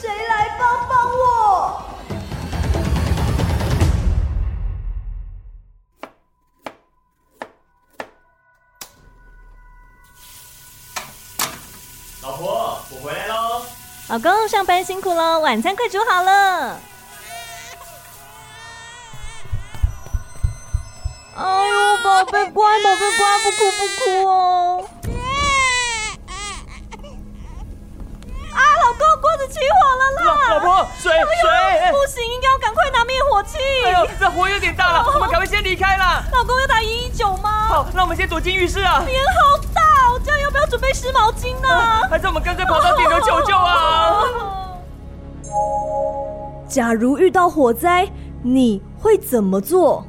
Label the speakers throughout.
Speaker 1: 谁来帮帮我？
Speaker 2: 老婆，我回来喽。
Speaker 3: 老公上班辛苦喽，晚餐快煮好了。哎呦，宝贝乖，宝贝乖，不哭不哭哦。啊，老公，锅子起火了啦！
Speaker 2: 老婆，哦水水。
Speaker 3: 不行，应该要赶快拿灭火器。
Speaker 2: 哎呦，这火有点大了，我们赶快先离开啦。
Speaker 3: 老公要打一一九吗？
Speaker 2: 好，那我们先躲进浴室啊。
Speaker 3: 脸好大哦，这样要不要准备湿毛巾呢、
Speaker 2: 还是我们干脆跑到顶楼求救啊！
Speaker 1: 假如遇到火灾，你会怎么做？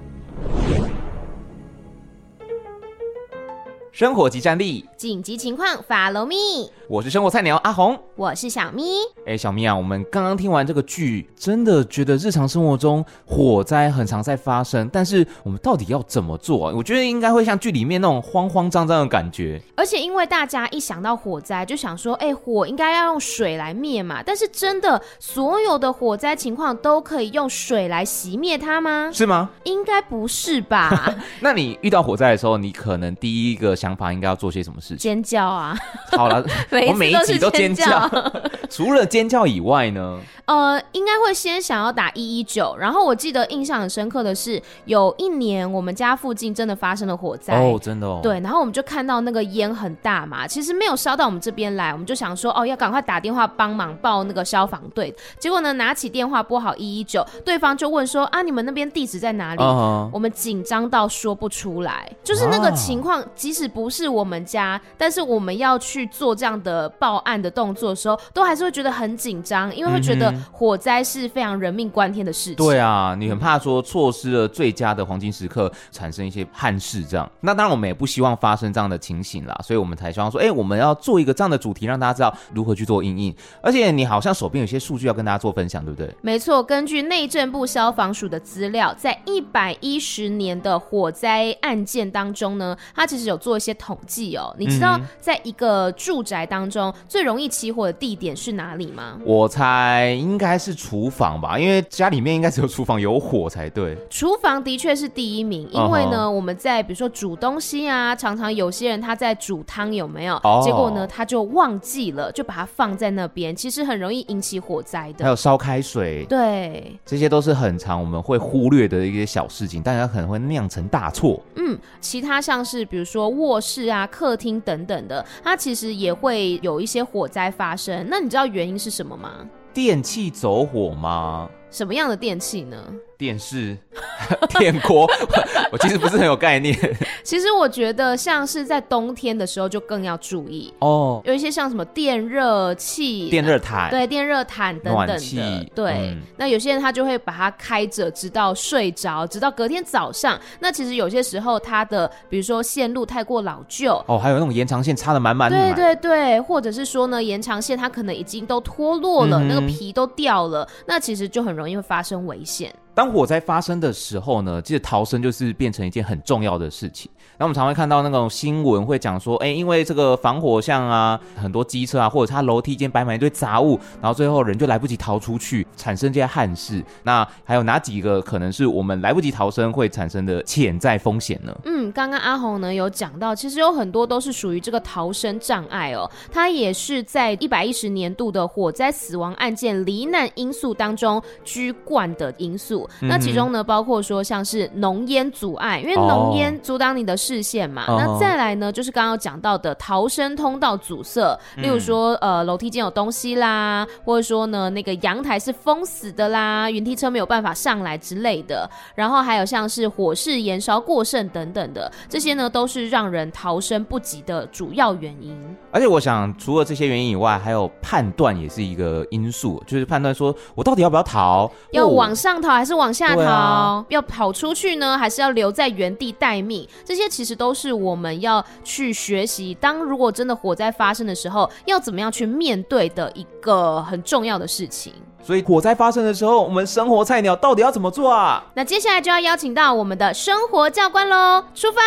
Speaker 2: 生活即战力，
Speaker 4: 紧急情况，Follow me，
Speaker 2: 我是生活菜鸟阿红。
Speaker 4: 我是小咪。
Speaker 2: 哎，小咪啊，我们刚刚听完这个剧，真的觉得日常生活中火灾很常在发生，但是我们到底要怎么做啊？我觉得应该会像剧里面那种慌慌张张的感觉。
Speaker 4: 而且因为大家一想到火灾，就想说，哎、火应该要用水来灭嘛。但是真的，所有的火灾情况都可以用水来熄灭它吗？
Speaker 2: 是吗？
Speaker 4: 应该不是吧？
Speaker 2: 那你遇到火灾的时候，你可能第一个想法应该要做些什么事情？
Speaker 4: 尖叫啊！
Speaker 2: 好了
Speaker 4: 每，一
Speaker 2: 我
Speaker 4: 次
Speaker 2: 每一
Speaker 4: 都
Speaker 2: 集
Speaker 4: 是
Speaker 2: 都尖
Speaker 4: 尖
Speaker 2: 叫
Speaker 4: 叫，
Speaker 2: 除了尖叫以外呢？
Speaker 4: 呃，应该会先想要打一一九，然后我记得印象很深刻的是，有一年我们家附近真的发生了火灾。
Speaker 2: 哦，真的哦，
Speaker 4: 对，，然后我们就看到那个烟很大嘛，其实没有烧到我们这边来，我们就想说哦，要赶快打电话帮忙报那个消防队。结果呢，拿起电话拨好一一九，对方就问说啊，你们那边地址在哪里？
Speaker 2: 啊，
Speaker 4: 我们紧张到说不出来，就是那
Speaker 2: 哦
Speaker 4: 个情况，即使不是我们家，但是我们要去做这样的报案的动作的时候，都还是会觉得很紧张，因为会觉得
Speaker 2: 嗯
Speaker 4: 火灾是非常人命关天的事情。
Speaker 2: 对啊，你很怕说错失了最佳的黄金时刻，产生一些憾事这样。那当然，我们也不希望发生这样的情形啦，所以我们才希望说，哎、我们要做一个这样的主题，让大家知道如何去做应应。而且你好像手边有些数据要跟大家做分享，对不对？
Speaker 4: 没错，根据内政部消防署的资料，在一百一十年的火灾案件当中呢，它其实有做一些统计哦。你知道
Speaker 2: 嗯哼
Speaker 4: 在一个住宅当中最容易起火的地点是哪里吗？
Speaker 2: 我猜应该是厨房吧，因为家里面应该只有厨房有火才对。
Speaker 4: 厨房的确是第一名，因为呢
Speaker 2: 哦
Speaker 4: 我们在比如说煮东西啊，常常有些人他在煮汤有没有
Speaker 2: 哦
Speaker 4: 结果呢他就忘记了，就把它放在那边，其实很容易引起火灾
Speaker 2: 还
Speaker 4: 的。
Speaker 2: 有烧开水，
Speaker 4: 对，
Speaker 2: 这些都是很常我们会忽略的一些小事情，但它可能会酿成大错。
Speaker 4: 嗯，其他像是比如说卧室啊、客厅等等的，它其实也会有一些火灾发生。那你知道原因是什么吗？
Speaker 2: 电器走火吗？
Speaker 4: 什么样的电器呢？
Speaker 2: 电视、 电锅， 我其实不是很有概念
Speaker 4: 其实我觉得像是在冬天的时候就更要注意，
Speaker 2: 哦。
Speaker 4: 有一些像什么电热器、
Speaker 2: 电热毯，
Speaker 4: 对电热毯等等
Speaker 2: 暖
Speaker 4: 的
Speaker 2: 气，
Speaker 4: 对、
Speaker 2: 嗯
Speaker 4: 那有些人他就会把它开着，直到睡着，直到隔天早上。那其实有些时候它的，比如说线路太过老旧。
Speaker 2: 哦，还有那种延长线插的满满
Speaker 4: 对
Speaker 2: 满，
Speaker 4: 对对，或者是说呢，延长线它可能已经都脱落了、
Speaker 2: 嗯哼
Speaker 4: 那个皮都掉了，那其实就很容易会发生危险。
Speaker 2: 当火灾发生的时候呢，其实逃生就是变成一件很重要的事情。那我们常会看到那种新闻会讲说，哎，因为这个防火巷啊，很多机车啊，或者它楼梯间摆满一堆杂物，然后最后人就来不及逃出去，产生这些憾事。那还有哪几个可能是我们来不及逃生会产生的潜在风险呢？
Speaker 4: 嗯，刚刚阿红呢有讲到，其实有很多都是属于这个逃生障碍哦，它也是在一百一十年度的火灾死亡案件罹难因素当中居冠的因素。路。
Speaker 2: 嗯
Speaker 4: 那其中呢，包括说像是浓烟阻碍，因为
Speaker 5: 哦
Speaker 4: 浓烟阻挡你的视线嘛。
Speaker 5: 哦
Speaker 4: 那再来呢，就是刚刚有讲到的逃生通道阻塞，例如说呃楼梯间有东西啦，或者说呢那个阳台是封死的啦，云梯车没有办法上来之类的。然后还有像是火势燃烧过剩等等的，这些呢都是让人逃生不及的主要原因。
Speaker 5: 而且我想，除了这些原因以外，还有判断也是一个因素，就是判断说我到底要不要逃，
Speaker 4: 要
Speaker 6: 哦
Speaker 5: 或我
Speaker 2: 哦
Speaker 4: 往上逃还是往下逃？
Speaker 5: 对啊
Speaker 4: 要跑出去呢，还是要留在原地待命？这些其实都是我们要去学习。当如果真的火灾发生的时候，要怎么样去面对的一个很重要的事情。
Speaker 5: 所以火灾发生的时候，我们生活菜鸟到底要怎么做啊？
Speaker 4: 那接下来就要邀请到我们的生活教官喽，出发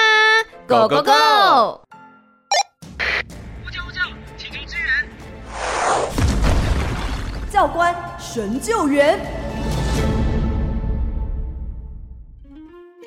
Speaker 5: Go,
Speaker 4: go
Speaker 5: go,
Speaker 4: go！
Speaker 1: 教官神救援，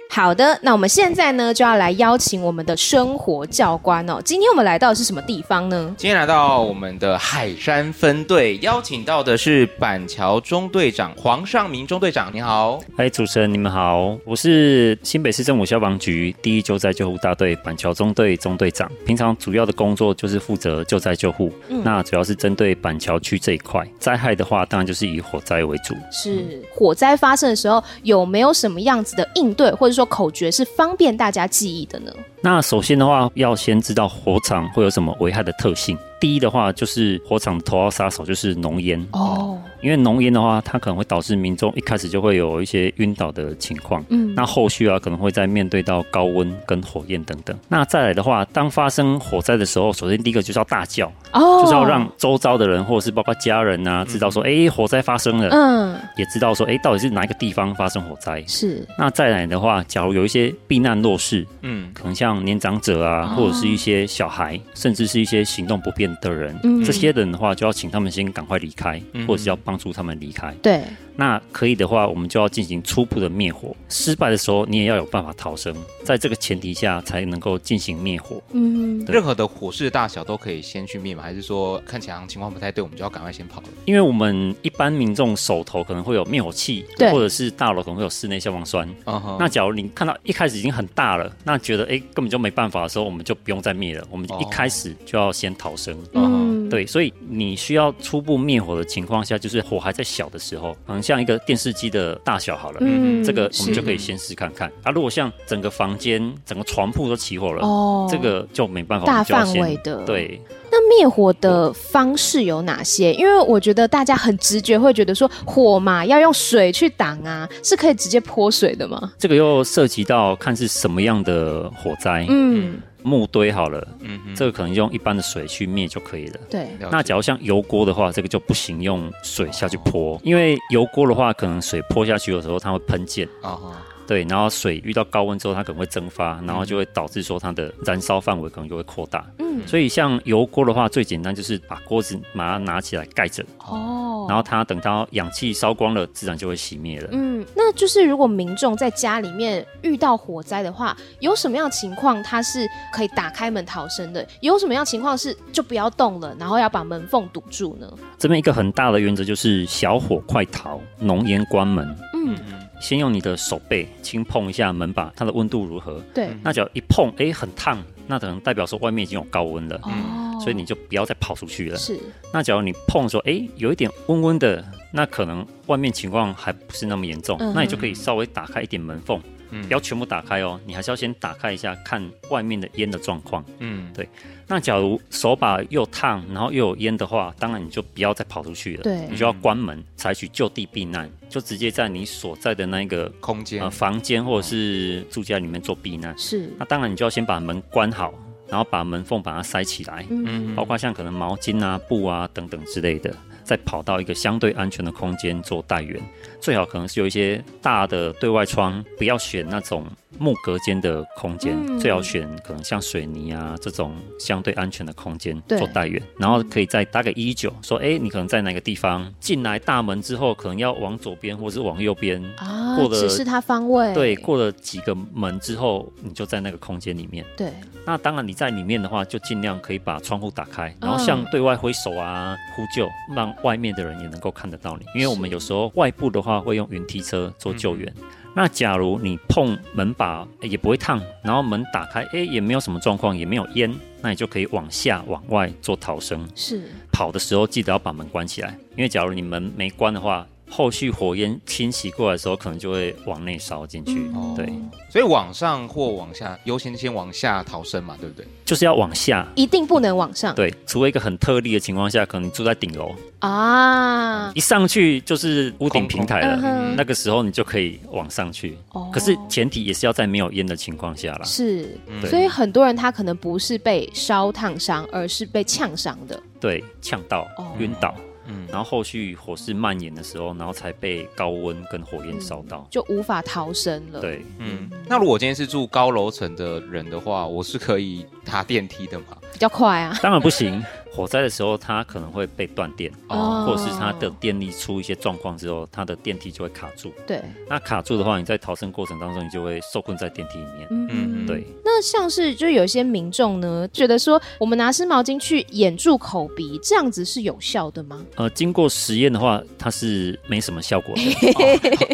Speaker 4: 好的，那我们现在呢就要来邀请我们的生活教官哦。今天我们来到的是什么地方呢？
Speaker 2: 今天来到我们的海山分队，邀请到的是板桥中队长黄尚明中队长，你好。
Speaker 6: 嗨，哎主持人，你们好，我是新北市政府消防局第一救灾救护大队板桥中队中队长。平常主要的工作就是负责救灾救护，那主要是针对板桥区这一块。灾害的话，当然就是以火灾为主。
Speaker 4: 是火灾发生的时候，有没有什么样子的应对，或者说口诀是方便大家记忆的呢？
Speaker 6: 那首先的话，要先知道火场会有什么危害的特性。第一的话，就是火场的头号杀手就是浓烟
Speaker 4: 哦，
Speaker 6: 因为浓烟的话，它可能会导致民众一开始就会有一些晕倒的情况。
Speaker 4: 嗯
Speaker 6: 那后续啊，可能会再面对到高温跟火焰等等。那再来的话，当发生火灾的时候，首先第一个就是要大叫，
Speaker 4: 哦
Speaker 6: 就是要让周遭的人或者是包括家人啊，知道说，哎、火灾发生了，
Speaker 4: 嗯
Speaker 6: 也知道说，哎、到底是哪一个地方发生火灾。
Speaker 4: 是
Speaker 6: 那再来的话，假如有一些避难弱势，
Speaker 2: 嗯，
Speaker 6: 可能像年长者
Speaker 4: 哦
Speaker 6: 啊，或者是一些小孩，甚至是一些行动不便的人，
Speaker 4: 嗯
Speaker 6: 这些人的话，就要请他们先赶快离开，
Speaker 2: 嗯
Speaker 6: 或者是要帮助他们离开。
Speaker 4: 对
Speaker 6: 那可以的话，我们就要进行初步的灭火。失败的时候，你也要有办法逃生，在这个前提下才能够进行灭火。
Speaker 4: 嗯
Speaker 6: 对
Speaker 2: 任何的火势大小都可以先去灭吗？还是说看起来情况不太对，我们就要赶快先跑了？
Speaker 6: 因为我们一般民众手头可能会有灭火器，
Speaker 4: 对
Speaker 6: 或者是大楼可能会有室内消防栓。
Speaker 2: 嗯哼
Speaker 6: 那假如你看到一开始已经很大了，那觉得诶根本就没办法的时候，我们就不用再灭了，我们
Speaker 2: 哦
Speaker 6: 一开始就要先逃生。
Speaker 4: 嗯
Speaker 6: 哦对，所以你需要初步灭火的情况下，就是火还在小的时候，可能像一个电视机的大小好了，
Speaker 4: 嗯
Speaker 6: 这个我
Speaker 4: 是
Speaker 6: 们就可以先试看看。啊，如果像整个房间、整个床铺都起火了，
Speaker 4: 哦
Speaker 6: 这个就没办法，
Speaker 4: 大
Speaker 6: 我们就要
Speaker 4: 范
Speaker 6: 先
Speaker 4: 围的
Speaker 6: 对，
Speaker 4: 那灭火的方式有哪些？因为我觉得大家很直觉会觉得说火嘛要用水去挡啊，是可以直接泼水的吗？
Speaker 6: 这个又涉及到看是什么样的火灾，
Speaker 4: 嗯，
Speaker 6: 木堆好了，
Speaker 2: 嗯哼
Speaker 6: 这个可能用一般的水去灭就可以了。
Speaker 4: 对，
Speaker 2: 了解
Speaker 6: 那假如像油锅的话，这个就不行用水下去泼，因为油锅的话，可能水泼下去的时候它会喷溅，
Speaker 2: 啊哈，
Speaker 6: 对，然后水遇到高温之后，它可能会蒸发，然后就会导致说它的燃烧范围可能就会扩大。
Speaker 4: 嗯
Speaker 6: 所以像油锅的话，最简单就是把锅子把它拿起来盖着，
Speaker 4: 哦
Speaker 6: 然后它等到氧气烧光了，自然就会熄灭了。
Speaker 4: 嗯，那就是如果民众在家里面遇到火灾的话，有什么样的情况他是可以打开门逃生的？有什么样的情况是就不要动了，然后要把门缝堵住呢？
Speaker 6: 这边一个很大的原则就是小火快逃，浓烟关门。
Speaker 4: 嗯，
Speaker 6: 先用你的手背轻碰一下门把，它的温度如何？
Speaker 4: 对，
Speaker 6: 那只要一碰，哎，很烫，那可能代表说外面已经有高温了，
Speaker 4: 哦
Speaker 6: 所以你就不要再跑出去了。
Speaker 4: 是
Speaker 6: 那假如你碰说，哎，有一点温温的，那可能外面情况还不是那么严重，
Speaker 4: 嗯
Speaker 6: 那你就可以稍微打开一点门缝，
Speaker 2: 嗯
Speaker 6: 不要全部打开哦，你还是要先打开一下，看外面的烟的状况。
Speaker 2: 嗯
Speaker 6: 对那假如手把又烫，然后又有烟的话，当然你就不要再跑出去了，
Speaker 4: 对
Speaker 6: 你就要关门，采取就地避难，就直接在你所在的那个
Speaker 2: 空间
Speaker 6: 呃房间或者是住家里面做避难。
Speaker 4: 是
Speaker 6: 那当然，你就要先把门关好，然后把门缝把它塞起来，
Speaker 2: 嗯
Speaker 6: 包括像可能毛巾啊、布啊等等之类的，再跑到一个相对安全的空间做待援。最好可能是有一些大的对外窗，不要选那种木隔间的空间，
Speaker 7: 嗯
Speaker 6: 最好选可能像水泥啊这种相对安全的空间
Speaker 7: 对
Speaker 6: 做代员，然后可以再搭个一九，说哎，你可能在哪个地方进来大门之后，可能要往左边或是往右边。
Speaker 7: 啊
Speaker 6: 过，了
Speaker 7: 指示它方位，
Speaker 6: 对，过了几个门之后，你就在那个空间里面。
Speaker 7: 对，
Speaker 6: 那当然，你在里面的话，就尽量可以把窗户打开，然后向对外挥手啊、呼救，让外面的人也能够看得到你。因为我们有时候外部的话会用云梯车做救援。那假如你碰门把哎诶也不会烫，然后门打开，诶也没有什么状况，也没有烟，那你就可以往下往外做逃生。
Speaker 7: 是
Speaker 6: 跑的时候记得要把门关起来，因为假如你门没关的话，后续火焰侵袭过来的时候，可能就会往内烧进去。
Speaker 7: 嗯
Speaker 6: 对，
Speaker 2: 哦所以往上或往下，优先先往下逃生嘛，对不对？
Speaker 6: 就是要往下，
Speaker 7: 一定不能往上
Speaker 6: 对，除了一个很特例的情况下，可能你住在顶楼，
Speaker 7: 啊，
Speaker 6: 一上去就是屋顶
Speaker 2: 空
Speaker 6: 平台
Speaker 7: 嗯
Speaker 6: 了，
Speaker 7: 哼
Speaker 6: 那个时候你就可以往上去。
Speaker 7: 哦
Speaker 6: 可是前提也是要在没有烟的情况下啦。
Speaker 7: 是，
Speaker 2: 嗯
Speaker 7: 所以很多人他可能不是被烧烫伤，而是被呛伤的。
Speaker 6: 对，呛到
Speaker 7: 哦、
Speaker 6: 晕倒，
Speaker 2: 嗯，
Speaker 6: 然后后续火势蔓延的时候，然后才被高温跟火焰烧到。
Speaker 7: 就无法逃生了。，
Speaker 6: 对，
Speaker 2: 嗯，那如果我今天是住高楼层的人的话，我是可以搭电梯的嘛？
Speaker 7: 比较快啊。
Speaker 6: 当然不行， 火灾的时候它可能会被断电，
Speaker 7: 哦
Speaker 6: 或者是它的电力出一些状况之后，它的电梯就会卡住。
Speaker 7: 对，
Speaker 6: 那卡住的话，你在逃生过程当中，你就会受困在电梯里面。
Speaker 2: 嗯
Speaker 6: 对。
Speaker 7: 那像是就有一些民众呢，觉得说我们拿湿毛巾去掩住口鼻，这样子是有效的吗？
Speaker 6: 呃，经过实验的话，它是没什么效果 的。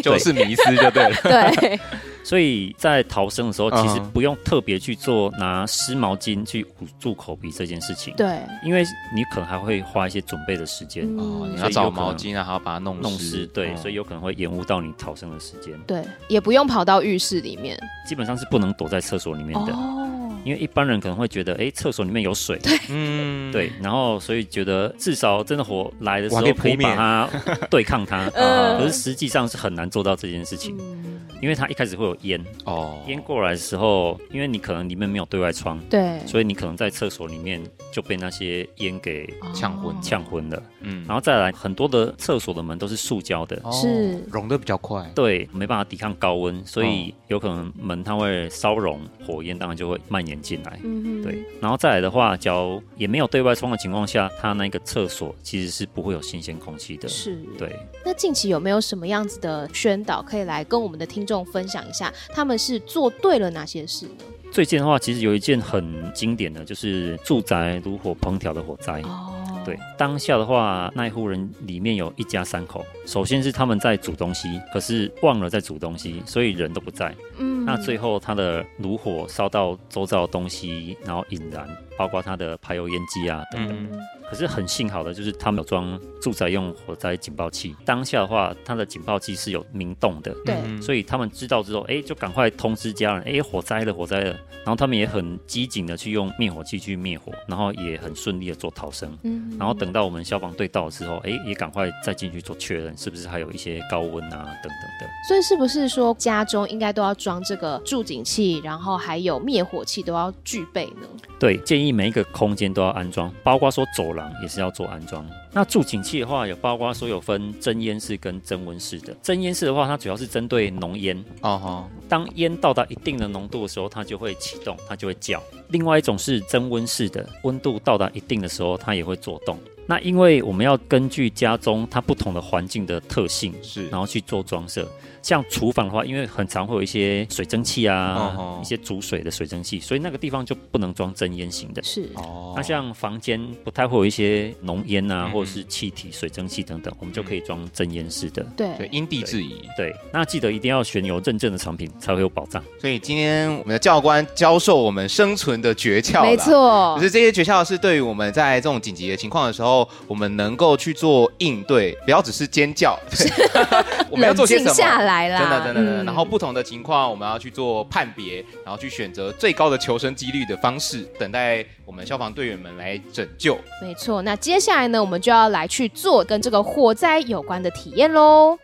Speaker 2: 就是迷失就对了。
Speaker 7: 对，
Speaker 6: 所以在逃生的时候，其实
Speaker 2: 嗯
Speaker 6: 不用特别去做拿湿毛巾去捂住口鼻这件事情。，
Speaker 7: 对，
Speaker 6: 因为你可能还会花一些准备的时间，
Speaker 2: 哦，你
Speaker 7: 嗯，
Speaker 2: 要找毛巾啊，还要把它弄
Speaker 6: 弄湿，对，
Speaker 2: 哦
Speaker 6: 所以有可能会延误到你逃生的时间。
Speaker 7: 对，也不用跑到浴室里面。
Speaker 6: 基本上是不能躲在厕所里面的，
Speaker 7: 哦，
Speaker 6: 因为一般人可能会觉得，哎，厕所里面有水，
Speaker 2: 嗯，
Speaker 6: 对，然后所以觉得至少真的火来的时
Speaker 2: 我
Speaker 6: 候
Speaker 2: 还可以
Speaker 6: 可以
Speaker 2: 扑灭
Speaker 6: 把它对 抗它，
Speaker 2: 嗯
Speaker 6: 可是实际上是很难做到这件事情，
Speaker 7: 嗯
Speaker 6: 因为它一开始会有烟，
Speaker 2: 哦，
Speaker 6: 烟过来的时候，因为你可能里面没有对外窗，
Speaker 7: 对，
Speaker 6: 所以你可能在厕所里面就被那些烟给
Speaker 2: 呛昏
Speaker 7: 哦
Speaker 6: 呛昏了。
Speaker 2: 嗯，
Speaker 6: 然后再来，很多的厕所的门都是塑胶的，嗯
Speaker 2: 哦
Speaker 7: 是
Speaker 2: 融的比较快，
Speaker 6: 对，没办法抵抗高温，所以
Speaker 7: 哦
Speaker 6: 有可能门它会烧融，火焰当然就会蔓延进来。
Speaker 7: 嗯哼
Speaker 6: 对，，然后再来的话，假如也没有对外窗的情况下，它那个厕所其实是不会有新鲜空气的。
Speaker 7: 是。
Speaker 6: 对，
Speaker 7: 那近期有没有什么样子的宣导可以来跟我们的听众分享一下，他们是做对了哪些事呢？
Speaker 6: 最近的话，其实有一件很经典的就是住宅炉火烹调的火灾。
Speaker 7: 哦，
Speaker 6: 对，当下的话，那一户人里面有一家三口，首先是他们在煮东西，可是忘了在煮东西，所以人都不在。
Speaker 7: 嗯
Speaker 6: 那最后他的炉火烧到周遭的东西，然后引燃，包括他的排油烟机啊等等。
Speaker 2: 嗯，
Speaker 6: 可是很幸好的就是他们有装住宅用火灾警报器，当下的话，它的警报器是有鸣动的。
Speaker 7: 对
Speaker 2: 嗯
Speaker 6: 所以他们知道之后，哎，就赶快通知家人，哎，火灾了，火灾了。然后他们也很机警的去用灭火器去灭火，然后也很顺利的做逃生。
Speaker 7: 嗯
Speaker 6: 然后等到我们消防队到了之后，哎，也赶快再进去做确认，是不是还有一些高温啊等等的。
Speaker 7: 所以是不是说家中应该都要装这个助警器，然后还有灭火器都要具备呢？
Speaker 6: 对，建议每一个空间都要安装，包括说走廊也是要做安装。那助警器的话，有包括说有分蒸烟室跟增温室的。蒸烟室的话，它主要是针对浓烟，
Speaker 2: 哦哈，
Speaker 6: 当烟到达一定的浓度的时候，它就会启动，它就会叫。另外一种是增温室的，温度到达一定的时候，它也会做动。那因为我们要根据家中它不同的环境的特性，
Speaker 2: 是
Speaker 6: 然后去做装设。像厨房的话，因为很常会有一些水蒸气啊
Speaker 2: 哦吼
Speaker 6: 一些煮水的水蒸气，所以那个地方就不能装蒸烟型的。
Speaker 7: 是
Speaker 2: 哦
Speaker 6: 那像房间不太会有一些浓烟啊，
Speaker 2: 嗯
Speaker 6: 或者是气体、水蒸气等等，我们就可以装蒸烟式的。
Speaker 2: 对
Speaker 7: 对，
Speaker 2: 因地制宜，
Speaker 6: 对，那记得一定要选有认证的产品才会有保障。
Speaker 2: 所以今天我们的教官教授我们生存的诀窍，
Speaker 7: 没。错
Speaker 4: 哦
Speaker 2: 可，是这些诀窍是对于我们在这种紧急的情况的时候，我们能够去做应对，不要只是尖叫， 我们要做些什么？
Speaker 7: 来
Speaker 2: 真的，真的，真的。
Speaker 7: 嗯
Speaker 2: 然后不同的情况，我们要去做判别，然后去选择最高的求生几率的方式，等待我们消防队员们来拯救。
Speaker 7: 没错。那接下来呢，我们就要来去做跟这个火灾有关的体验喽。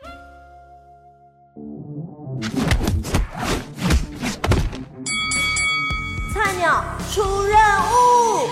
Speaker 1: 菜鸟出任务，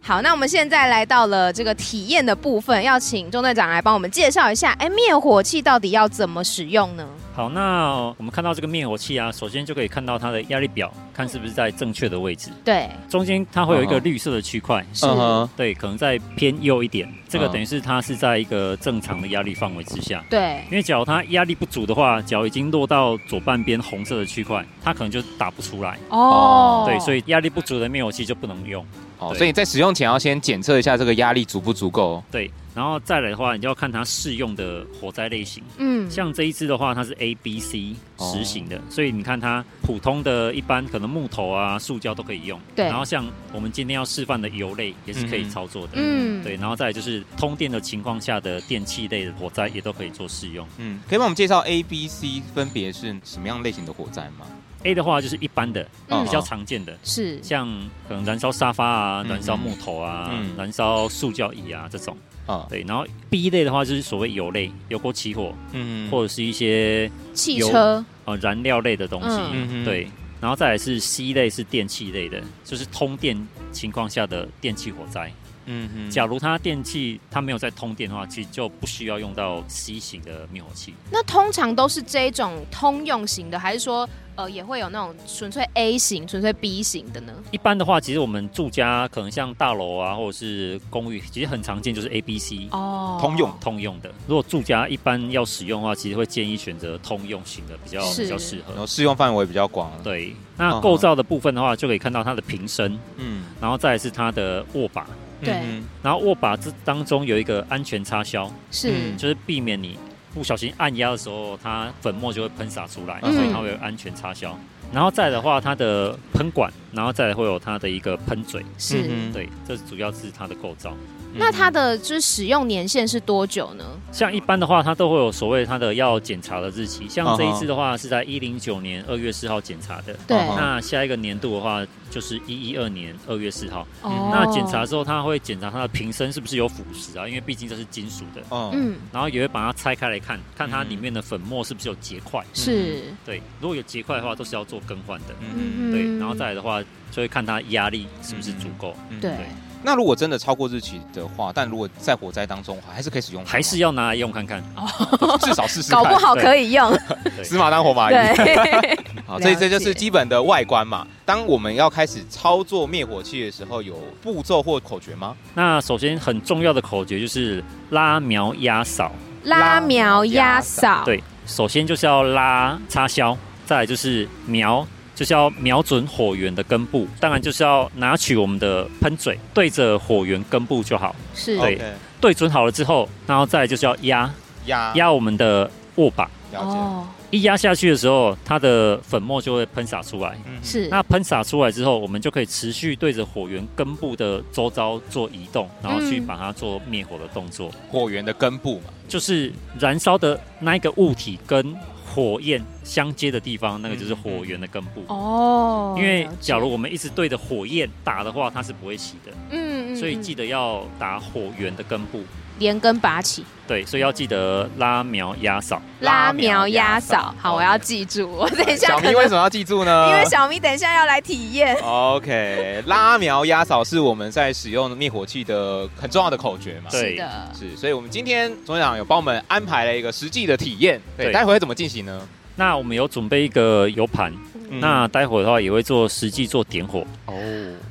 Speaker 7: 好，那我们现在来到了这个体验的部分，要请中队长来帮我们介绍一下，哎，灭火器到底要怎么使用呢？
Speaker 6: 好，那呃我们看到这个灭火器啊，首先就可以看到它的压力表，看是不是在正确的位置。
Speaker 4: 对，
Speaker 6: 中间它会有一个
Speaker 5: 嗯哼
Speaker 6: 绿色的区块，
Speaker 4: 是
Speaker 2: 嗯哼，
Speaker 6: 对，可能在偏右一点。这个
Speaker 5: 嗯
Speaker 6: 等于是它是在一个正常的压力范围之下。
Speaker 4: 对，
Speaker 6: 因为脚它压力不足的话，脚已经落到左半边红色的区块，它可能就打不出来。
Speaker 4: 哦，
Speaker 6: 对，所以压力不足的灭火器就不能用。
Speaker 2: 哦，
Speaker 6: 对
Speaker 2: 所以你在使用前要先检测一下这个压力足不足够。
Speaker 6: 对，然后再来的话，你就要看它适用的火灾类型。
Speaker 4: 嗯，
Speaker 6: 像这一支的话，它是 A、B、C
Speaker 2: 哦
Speaker 6: 实行的，所以你看它普通的一般可能木头啊、塑胶都可以用。
Speaker 4: 对
Speaker 6: 然后像我们今天要示范的油类也是可以
Speaker 2: 嗯
Speaker 6: 操作的。
Speaker 4: 嗯
Speaker 6: 对，然后再来就是通电的情况下的电器类的火灾也都可以做适用。
Speaker 2: 嗯，可以帮我们介绍 A、B、C 分别是什么样类型的火灾吗？
Speaker 6: A 的话就是一般的，
Speaker 4: 嗯
Speaker 6: 比较常见的，
Speaker 4: 是
Speaker 6: 像可能燃烧沙发啊、
Speaker 2: 嗯
Speaker 6: 燃烧木头啊、
Speaker 2: 嗯
Speaker 6: 燃烧塑胶椅啊这种。
Speaker 2: 啊，
Speaker 6: 对，然后 B 类的话就是所谓油类，油锅起火，
Speaker 2: 嗯
Speaker 6: 或者是一些
Speaker 4: 汽
Speaker 6: 有
Speaker 4: 车，
Speaker 6: 呃燃料类的东西。
Speaker 2: 嗯哼
Speaker 6: 对，然后再来是 C 类是电器类的，就是通电情况下的电器火灾。
Speaker 2: 嗯哼
Speaker 6: 假如它电器它没有在通电的话，其实就不需要用到 C 型的灭火器。
Speaker 4: 那通常都是这种通用型的，还是说呃也会有那种纯粹 A 型、纯粹 B 型的呢？
Speaker 6: 一般的话，其实我们住家可能像大楼啊，或者是公寓，其实很常见就是 A、B、C
Speaker 4: 哦，
Speaker 2: 通用
Speaker 6: 通用的。如果住家一般要使用的话，其实会建议选择通用型的，比较
Speaker 4: 是
Speaker 6: 比较适
Speaker 2: 然
Speaker 6: 合
Speaker 2: 后。适用范围比较广。，
Speaker 6: 对，
Speaker 2: 嗯
Speaker 6: 那
Speaker 2: 哼
Speaker 6: 构造的部分的话，就可以看到它的瓶身，
Speaker 2: 嗯，
Speaker 6: 然后再来是它的握把，
Speaker 4: 对
Speaker 2: 嗯
Speaker 6: 然后握把这当中有一个安全插销，
Speaker 4: 是、
Speaker 2: 嗯
Speaker 6: 就是避免你不小心按压的时候，它粉末就会喷洒出来，
Speaker 4: 嗯
Speaker 6: 所以它会有安全插销。然后再来的话，它的喷管，然后再来会有它的一个喷嘴，
Speaker 4: 是。
Speaker 2: 嗯
Speaker 6: 对，这主要是它的构造。
Speaker 2: 哼
Speaker 4: 那它的就是使用年限是多久呢？
Speaker 6: 像一般的话，它都会有所谓它的要检查的日期，像这一次的话是在一零九年二月四号检查的。
Speaker 4: 对，
Speaker 2: 哦
Speaker 6: 那下一个年度的话，就是一一二年二月四号。
Speaker 4: 哦
Speaker 6: 嗯那检查之后，它会检查它的瓶身是不是有腐蚀啊，因为毕竟这是金属的。
Speaker 2: 嗯，
Speaker 4: 嗯
Speaker 6: 然后也会把它拆开来看，看它
Speaker 2: 嗯
Speaker 6: 里面的粉末是不是有结块。
Speaker 8: 嗯
Speaker 4: 是
Speaker 6: 对，如果有结块的话，都是要做更换的。
Speaker 4: 嗯
Speaker 6: 对，然后再来的话，就会看它压力是不是足够，
Speaker 2: 嗯
Speaker 4: 对。
Speaker 2: 那如果真的超过日期的话，但如果在火灾当中，还是可以使用它吗，
Speaker 6: 还是要拿来用看看。
Speaker 2: 至少试试看。
Speaker 8: 搞不好可以用。
Speaker 6: 对
Speaker 2: 死马当活马医。
Speaker 8: 对，
Speaker 2: 好，
Speaker 8: 了
Speaker 2: 所以这就
Speaker 8: 解
Speaker 2: 是基本的外观嘛。当我们要开始操作灭火器的时候，有步骤或口诀吗？
Speaker 6: 那首先很重要的口诀就是拉苗压扫，
Speaker 4: 拉苗压扫，
Speaker 6: 对，首先就是要拉插销，再来就是瞄，就是要瞄准火源的根部，当然就是要拿取我们的喷嘴，对着火源根部就好。
Speaker 4: 是
Speaker 6: 对
Speaker 2: OK，
Speaker 6: 对准好了之后，然后再来就是要压
Speaker 2: 压哦
Speaker 6: 压我们的握把，
Speaker 2: 了
Speaker 7: 哦
Speaker 6: 一压下去的时候，它的粉末就会喷洒出来。
Speaker 2: 解，嗯
Speaker 4: 是
Speaker 6: 那喷洒出来之后，我们就可以持续对着火源根部的周遭做移动，然后去
Speaker 4: 嗯
Speaker 6: 把它做灭火的动作。
Speaker 2: 火源的根部 嘛，
Speaker 6: 就是燃烧的那一个物体跟火焰相接的地方，那个就是火源的根部。
Speaker 4: 哦，
Speaker 6: 因为
Speaker 4: 了解
Speaker 6: 假如我们一直对着火焰打的话，它是不会熄的，
Speaker 4: 嗯嗯，
Speaker 6: 所以
Speaker 4: 嗯
Speaker 6: 记得要打火源的根部。
Speaker 4: 连根拔起，
Speaker 6: 对，所以要记得拉苗压扫。
Speaker 4: 拉苗压扫。好，我要记住，我等一下
Speaker 2: 小呃
Speaker 4: 可能
Speaker 2: 明为什么要记住 呢？
Speaker 1: 因为小咪等一下要来体验，
Speaker 2: OK，拉苗压扫是我们在使用灭火器的很重要的口诀嘛。
Speaker 6: 对
Speaker 4: 是的，
Speaker 2: 是，所以我们今天总长有帮我们安排了一个实际的体验，对，
Speaker 6: 对
Speaker 2: 待会会怎么进行呢？
Speaker 6: 那我们有准备一个油盘，
Speaker 2: 嗯
Speaker 6: 那待会的话也会做实际做点火。
Speaker 2: 哦，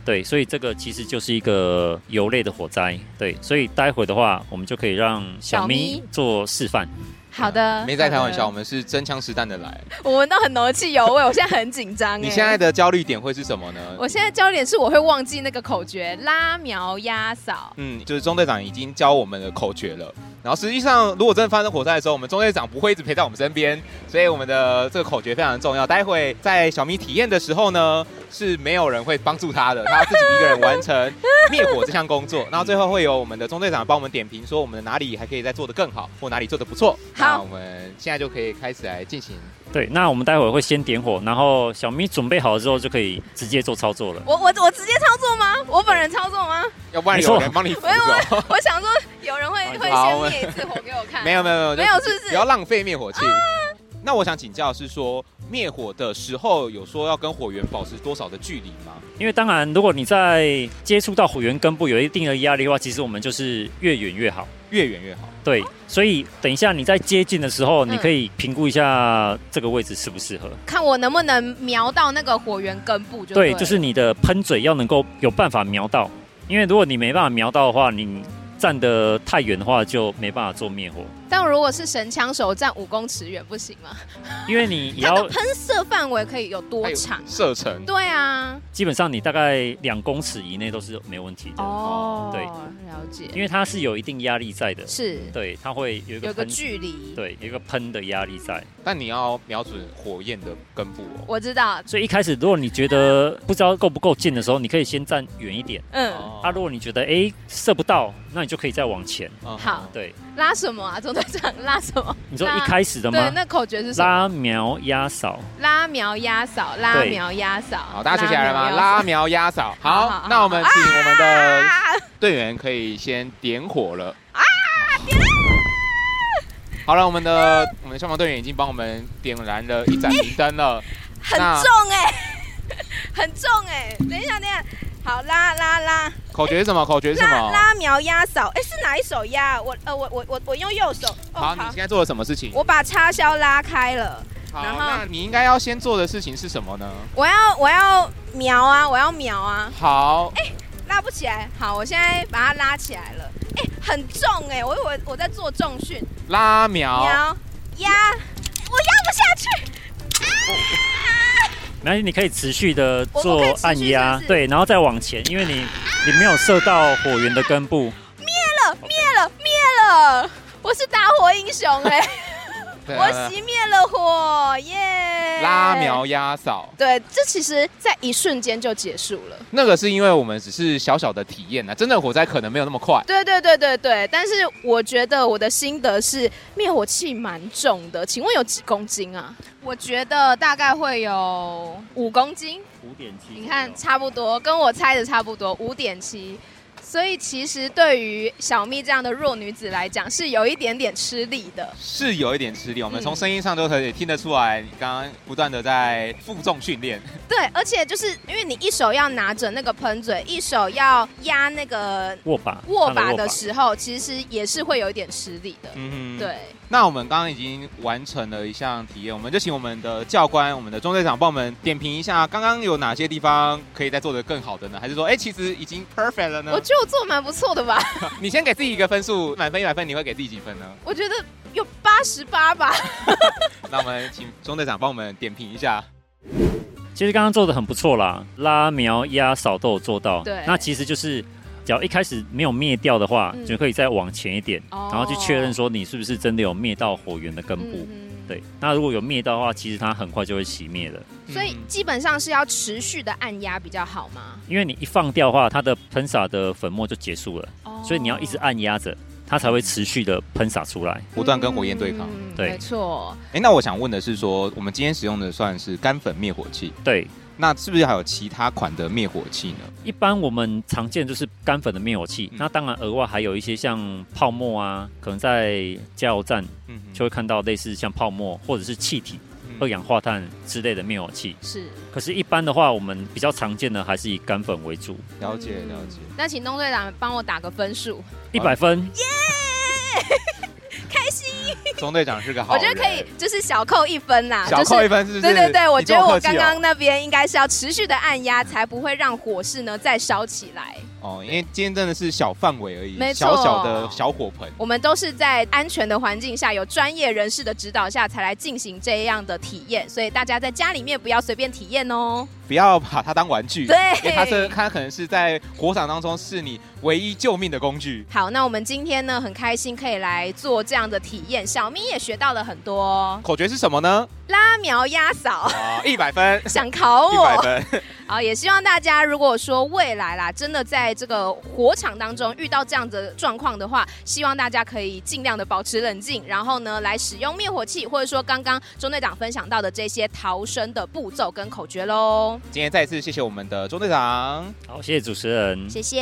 Speaker 6: 对，所以这个其实就是一个油类的火灾。对，所以待会的话，我们就可以让小
Speaker 4: 小
Speaker 6: 咪
Speaker 4: 咪
Speaker 6: 做示范。
Speaker 4: 好的，
Speaker 2: 没在开玩笑，
Speaker 4: 好
Speaker 2: 我们是真枪实弹的来。
Speaker 1: 我闻到很浓的汽油味，我现在很紧张哎。
Speaker 7: 欸
Speaker 2: 你现在的焦虑点会是什么呢
Speaker 4: 的。？我现在焦点是我会忘记那个口诀，拉苗压扫。
Speaker 2: 嗯，就是中队长已经教我们的口诀了。然后实际上，如果真的发生火灾的时候，我们中队长不会一直陪在我们身边，所以我们的这个口诀非常重要。待会在小咪体验的时候呢，是没有人会帮助他的，他要自己一个人完成灭火这项工作。然后最后会有我们的中队长帮我们点评，说我们哪里还可以再做得更好，或哪里做得不错。
Speaker 4: 好
Speaker 2: 那我们现在就可以开始来进行。
Speaker 6: 对，那我们待会儿会先点火，然后小咪准备好了之后就可以直接做操作了。
Speaker 1: 我我我直接操作吗？我本人操作 吗？
Speaker 2: 要不然
Speaker 6: 没错
Speaker 2: 有人帮你扶走？
Speaker 1: 我想说有人会会
Speaker 2: 好
Speaker 1: 先灭一次火给我看。
Speaker 2: 没有没有没有，就
Speaker 1: 没有是不是
Speaker 2: 不要浪费灭火器。那我想请教是说，灭火的时候有说要跟火源保持多少的距离吗？
Speaker 6: 因为当然，如果你在接触到火源根部有一定的压力的话，其实我们就是越远越好。
Speaker 2: 越远越好。
Speaker 6: 对，所以等一下你在接近的时候，
Speaker 4: 嗯
Speaker 6: 你可以评估一下这个位置适不适合。
Speaker 4: 看我能不能瞄到那个火源根部就
Speaker 6: 对，
Speaker 4: 了
Speaker 6: 就是你的喷嘴要能够有办法瞄到，因为如果你没办法瞄到的话，你站得太远的话就没办法做灭火，
Speaker 7: 但如果是神枪手站五公尺远不行吗？
Speaker 6: 因为你也
Speaker 7: 它
Speaker 6: 要
Speaker 7: 的喷射范围可以有多长？
Speaker 2: 射程
Speaker 7: 对啊，
Speaker 6: 基本上你大概两公尺以内都是没问题的，
Speaker 4: 哦，
Speaker 6: 对，
Speaker 7: 了解，
Speaker 6: 因为它是有一定压力在的，
Speaker 7: 是
Speaker 6: 对，它会有一个
Speaker 7: 有个
Speaker 6: 喷，
Speaker 7: 距离。
Speaker 6: 对，有一个喷的压力在。
Speaker 2: 但你要瞄准火焰的根部哦。
Speaker 7: 我知道，
Speaker 6: 所以一开始如果你觉得不知道够不够近的时候，你可以先站远一点。
Speaker 7: 嗯，
Speaker 2: 哦
Speaker 6: 啊，如果你觉得诶射不到，那你就可以再往前。
Speaker 2: 嗯
Speaker 7: 好，
Speaker 6: 对，
Speaker 7: 拉什么啊？总队长拉什么？
Speaker 6: 你说
Speaker 7: 那
Speaker 6: 一开始的
Speaker 7: 对，
Speaker 6: 吗？
Speaker 7: 那口诀是什么？
Speaker 6: 拉苗压扫，
Speaker 7: 拉苗压扫，拉
Speaker 6: 对
Speaker 7: 苗压扫。好
Speaker 2: 好，大家学起来了吗？拉苗压扫。
Speaker 7: 好好
Speaker 2: 好
Speaker 7: 好，
Speaker 2: 那我们请我们的
Speaker 7: 啊
Speaker 2: 队员可以先点火了。啊！好了，我们的我们的消防队员已经帮我们点燃了一盏明灯了。
Speaker 1: 很
Speaker 2: 那
Speaker 1: 重哎、
Speaker 7: 欸 很重哎、等一下，等一下。好，拉拉拉
Speaker 2: 口诀是什么？口诀是什
Speaker 7: 拉
Speaker 2: 么？
Speaker 7: 拉苗压扫，哎、是哪一手压啊？我呃，我我我我用右手。哦，
Speaker 2: 好，你现在做了什么事情？
Speaker 7: 我把插销拉开了，
Speaker 2: 好，
Speaker 7: 然后
Speaker 2: 那你应该要先做的事情是什么呢？
Speaker 7: 我要我要瞄啊，我要瞄啊，
Speaker 2: 好，
Speaker 7: 拉不起来。好，我现在把它拉起来了。哎、很重哎、我以为我在做重训，
Speaker 2: 拉苗。
Speaker 7: 瞄压，我压不下去。
Speaker 6: 没关系，你可以持续的
Speaker 7: 我
Speaker 6: 做
Speaker 7: 我可以持续
Speaker 6: 按压，
Speaker 7: 是不是
Speaker 6: 对，然后再往前，因为你你没有射到火源的根部。
Speaker 7: 灭了，灭了！我是打火英雄哎、
Speaker 2: 对啊
Speaker 7: 我熄灭了火耶哎
Speaker 2: 拉苗。压扫。
Speaker 7: 对，这其实在一瞬间就结束了。
Speaker 2: 那个是因为我们只是小小的体验啊，真的火灾可能没有那么快。
Speaker 7: 对对对对对，但是我觉得我的心得是灭火器蛮重的，请问有几公斤啊？我觉得大概会有五公斤，
Speaker 6: 五点七，
Speaker 7: 你看差不多，跟我猜的差不多，五点七。所以其实对于小蜜这样的弱女子来讲，是有一点点吃力的。
Speaker 2: 是有一点吃力，我们
Speaker 7: 嗯
Speaker 2: 从声音上都可以听得出来，你刚刚不断的在负重训练。
Speaker 7: 对，而且就是因为你一手要拿着那个喷嘴，一手要压那个
Speaker 6: 握把，
Speaker 7: 握
Speaker 6: 它
Speaker 7: 把的时候，其实也是会有一点吃力的。
Speaker 2: 嗯，。
Speaker 7: 对，
Speaker 2: 那我们刚刚已经完成了一项体验，我们就请我们的教官、我们的中队长帮我们点评一下，刚刚有哪些地方可以再做得更好的呢？还是说，哎、其实已经 perfect 了呢
Speaker 7: 我？觉得我做得蛮不错的吧。
Speaker 2: 你先给自己一个分数，满分一百分，你会给自己几 分呢？
Speaker 7: 我觉得有八十八吧。
Speaker 2: 那我们请中队长帮我们点评一下。
Speaker 6: 其实刚刚做的很不错啦，拉苗压扫都有做到。
Speaker 7: 对
Speaker 6: 那其实就是。只要一开始没有灭掉的话，
Speaker 7: 嗯
Speaker 6: 就可以再往前一点，
Speaker 7: 哦
Speaker 6: 然后去确认说你是不是真的有灭到火源的根部。
Speaker 7: 嗯
Speaker 6: 对，那如果有灭到的话，其实它很快就会熄灭的，
Speaker 7: 哼，所以
Speaker 2: 嗯
Speaker 7: 嗯基本上是要持续的按压比较好吗？
Speaker 6: 因为你一放掉的话，它的喷洒的粉末就结束了，所以你要一直
Speaker 7: 哦
Speaker 6: 按压着，它才会持续的喷洒出来。
Speaker 2: 不断跟火焰对抗。
Speaker 7: 嗯
Speaker 6: 对
Speaker 7: 没错。
Speaker 2: 哎、那我想问的是说我们今天使用的算是干粉灭火器，
Speaker 6: 对，
Speaker 2: 那是不是还有其他款的灭火器呢？
Speaker 6: 一般我们常见就是干粉的灭火器，
Speaker 2: 嗯
Speaker 6: 那当然额外还有一些像泡沫啊，可能在加油站
Speaker 2: 嗯哼，
Speaker 6: 就会看到类似像泡沫或者是气体、
Speaker 2: 嗯
Speaker 6: 二氧化碳之类的灭火器。
Speaker 7: 是，
Speaker 6: 可是，一般的话，我们比较常见的还是以干粉为主，
Speaker 2: 了解了解。
Speaker 7: 那请东队长帮我打个分数，
Speaker 6: 一百分。
Speaker 2: 中队长是个好
Speaker 7: 我
Speaker 2: 人，
Speaker 7: 觉得可以，就是小扣一分啦，
Speaker 2: 小
Speaker 7: 就是
Speaker 2: 扣一分是不是？
Speaker 7: 对对对，我
Speaker 2: 你
Speaker 7: 觉
Speaker 2: 跟
Speaker 7: 得我
Speaker 2: 客气哦
Speaker 7: 刚刚那边应该是要持续的按压，才不会让火势呢再烧起来。
Speaker 2: 哦，因为今天真的是小范围而已，
Speaker 7: 没错
Speaker 2: 小小的小火盆。
Speaker 7: 我们都是在安全的环境下，有专业人士的指导下，才来进行这样的体验。所以大家在家里面不要随便体验哦。
Speaker 2: 不要把它当玩具，
Speaker 7: 对
Speaker 2: 因为它是它可能是在火场当中是你唯一救命的工具。
Speaker 7: 好，那我们今天呢很开心可以来做这样的体验，小咪也学到了很多哦
Speaker 2: 口诀是什么呢？
Speaker 7: 拉苗压扫。
Speaker 2: 啊，一百分，
Speaker 7: 想考
Speaker 2: 一百
Speaker 7: 我，
Speaker 2: 分，
Speaker 7: 好，也希望大家如果说未来啦，真的在这个火场当中遇到这样的状况的话，希望大家可以尽量的保持冷静，然后呢来使用灭火器，或者说刚刚中队长分享到的这些逃生的步骤跟口诀喽。
Speaker 2: 今天再次谢谢我们的中队长。
Speaker 6: 好，谢谢主持人。
Speaker 7: 谢谢。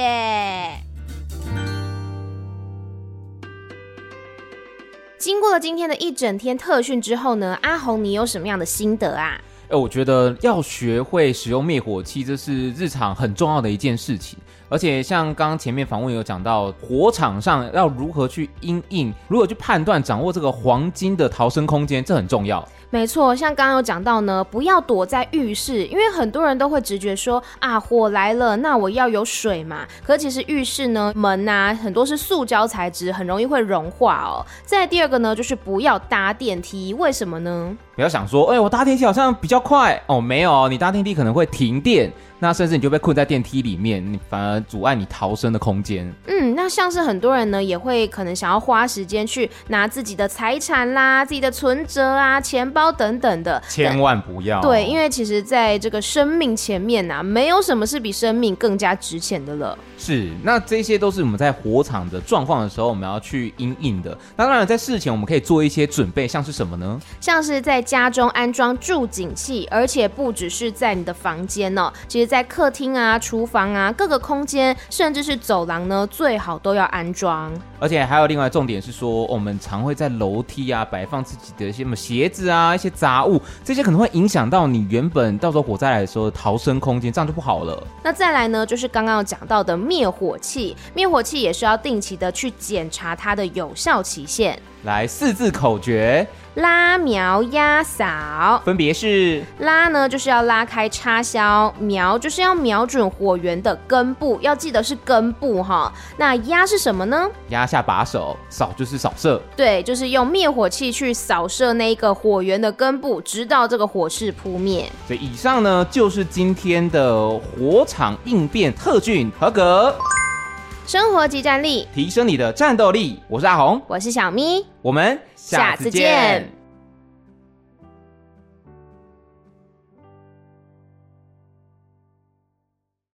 Speaker 4: 经过了今天的一整天特训之后呢，阿红你有什么样的心得啊？
Speaker 2: 哎，我觉得要学会使用灭火器，这是日常很重要的一件事情。而且像刚刚前面访问有讲到，火场上要如何去因应，如何去判断掌握这个黄金的逃生空间，这很重要。
Speaker 4: 没错，像刚刚有讲到呢，不要躲在浴室，因为很多人都会直觉说啊，火来了，那我要有水嘛。可其实浴室呢，门呐、很多是塑胶材质，很容易会融化哦。再第二个呢，就是不要搭电梯，为什么呢？
Speaker 2: 不要想说，哎、我搭电梯好像比较快哦，没有，你搭电梯可能会停电，那甚至你就被困在电梯里面，你反而阻碍你逃生的空间。
Speaker 4: 嗯，那像是很多人呢，也会可能想要花时间去拿自己的财产啦、自己的存折啊、钱包等等的，
Speaker 2: 千万不要。
Speaker 4: 对，因为其实在这个生命前面呐、没有什么是比生命更加值钱的了。
Speaker 2: 是，那这些都是我们在火场的状况的时候，我们要去因应的。那当然，在事前我们可以做一些准备，像是什么呢？
Speaker 4: 像是在家中安装助警器，而且不只是在你的房间哦，其实在客厅啊、厨房啊各个空间，甚至是走廊呢，最好都要安装。
Speaker 2: 而且还有另外重点是说，我们常会在楼梯啊摆放自己的一些什么鞋子啊、一些杂物，这些可能会影响到你原本到时候火灾来的时候的逃生空间，这样就不好了。
Speaker 4: 那再来呢，就是刚刚有讲到的灭火器，灭火器也是要定期的去检查它的有效期限。
Speaker 2: 来，四字口诀
Speaker 4: 拉苗压扫，
Speaker 2: 分别是
Speaker 4: 拉呢就是要拉开插销，瞄就是要瞄准火源的根部，要记得是根部哈。那压是什么呢？
Speaker 2: 压下把手，扫就是扫射。
Speaker 4: 对，就是用灭火器去扫射那一个火源的根部，直到这个火势扑灭。
Speaker 2: 所以以上呢就是今天的火场应变特训，合格，
Speaker 4: 生活即战力，
Speaker 2: 提升你的战斗力。我是阿红，
Speaker 4: 我是小咪，
Speaker 2: 我们
Speaker 4: 下次见。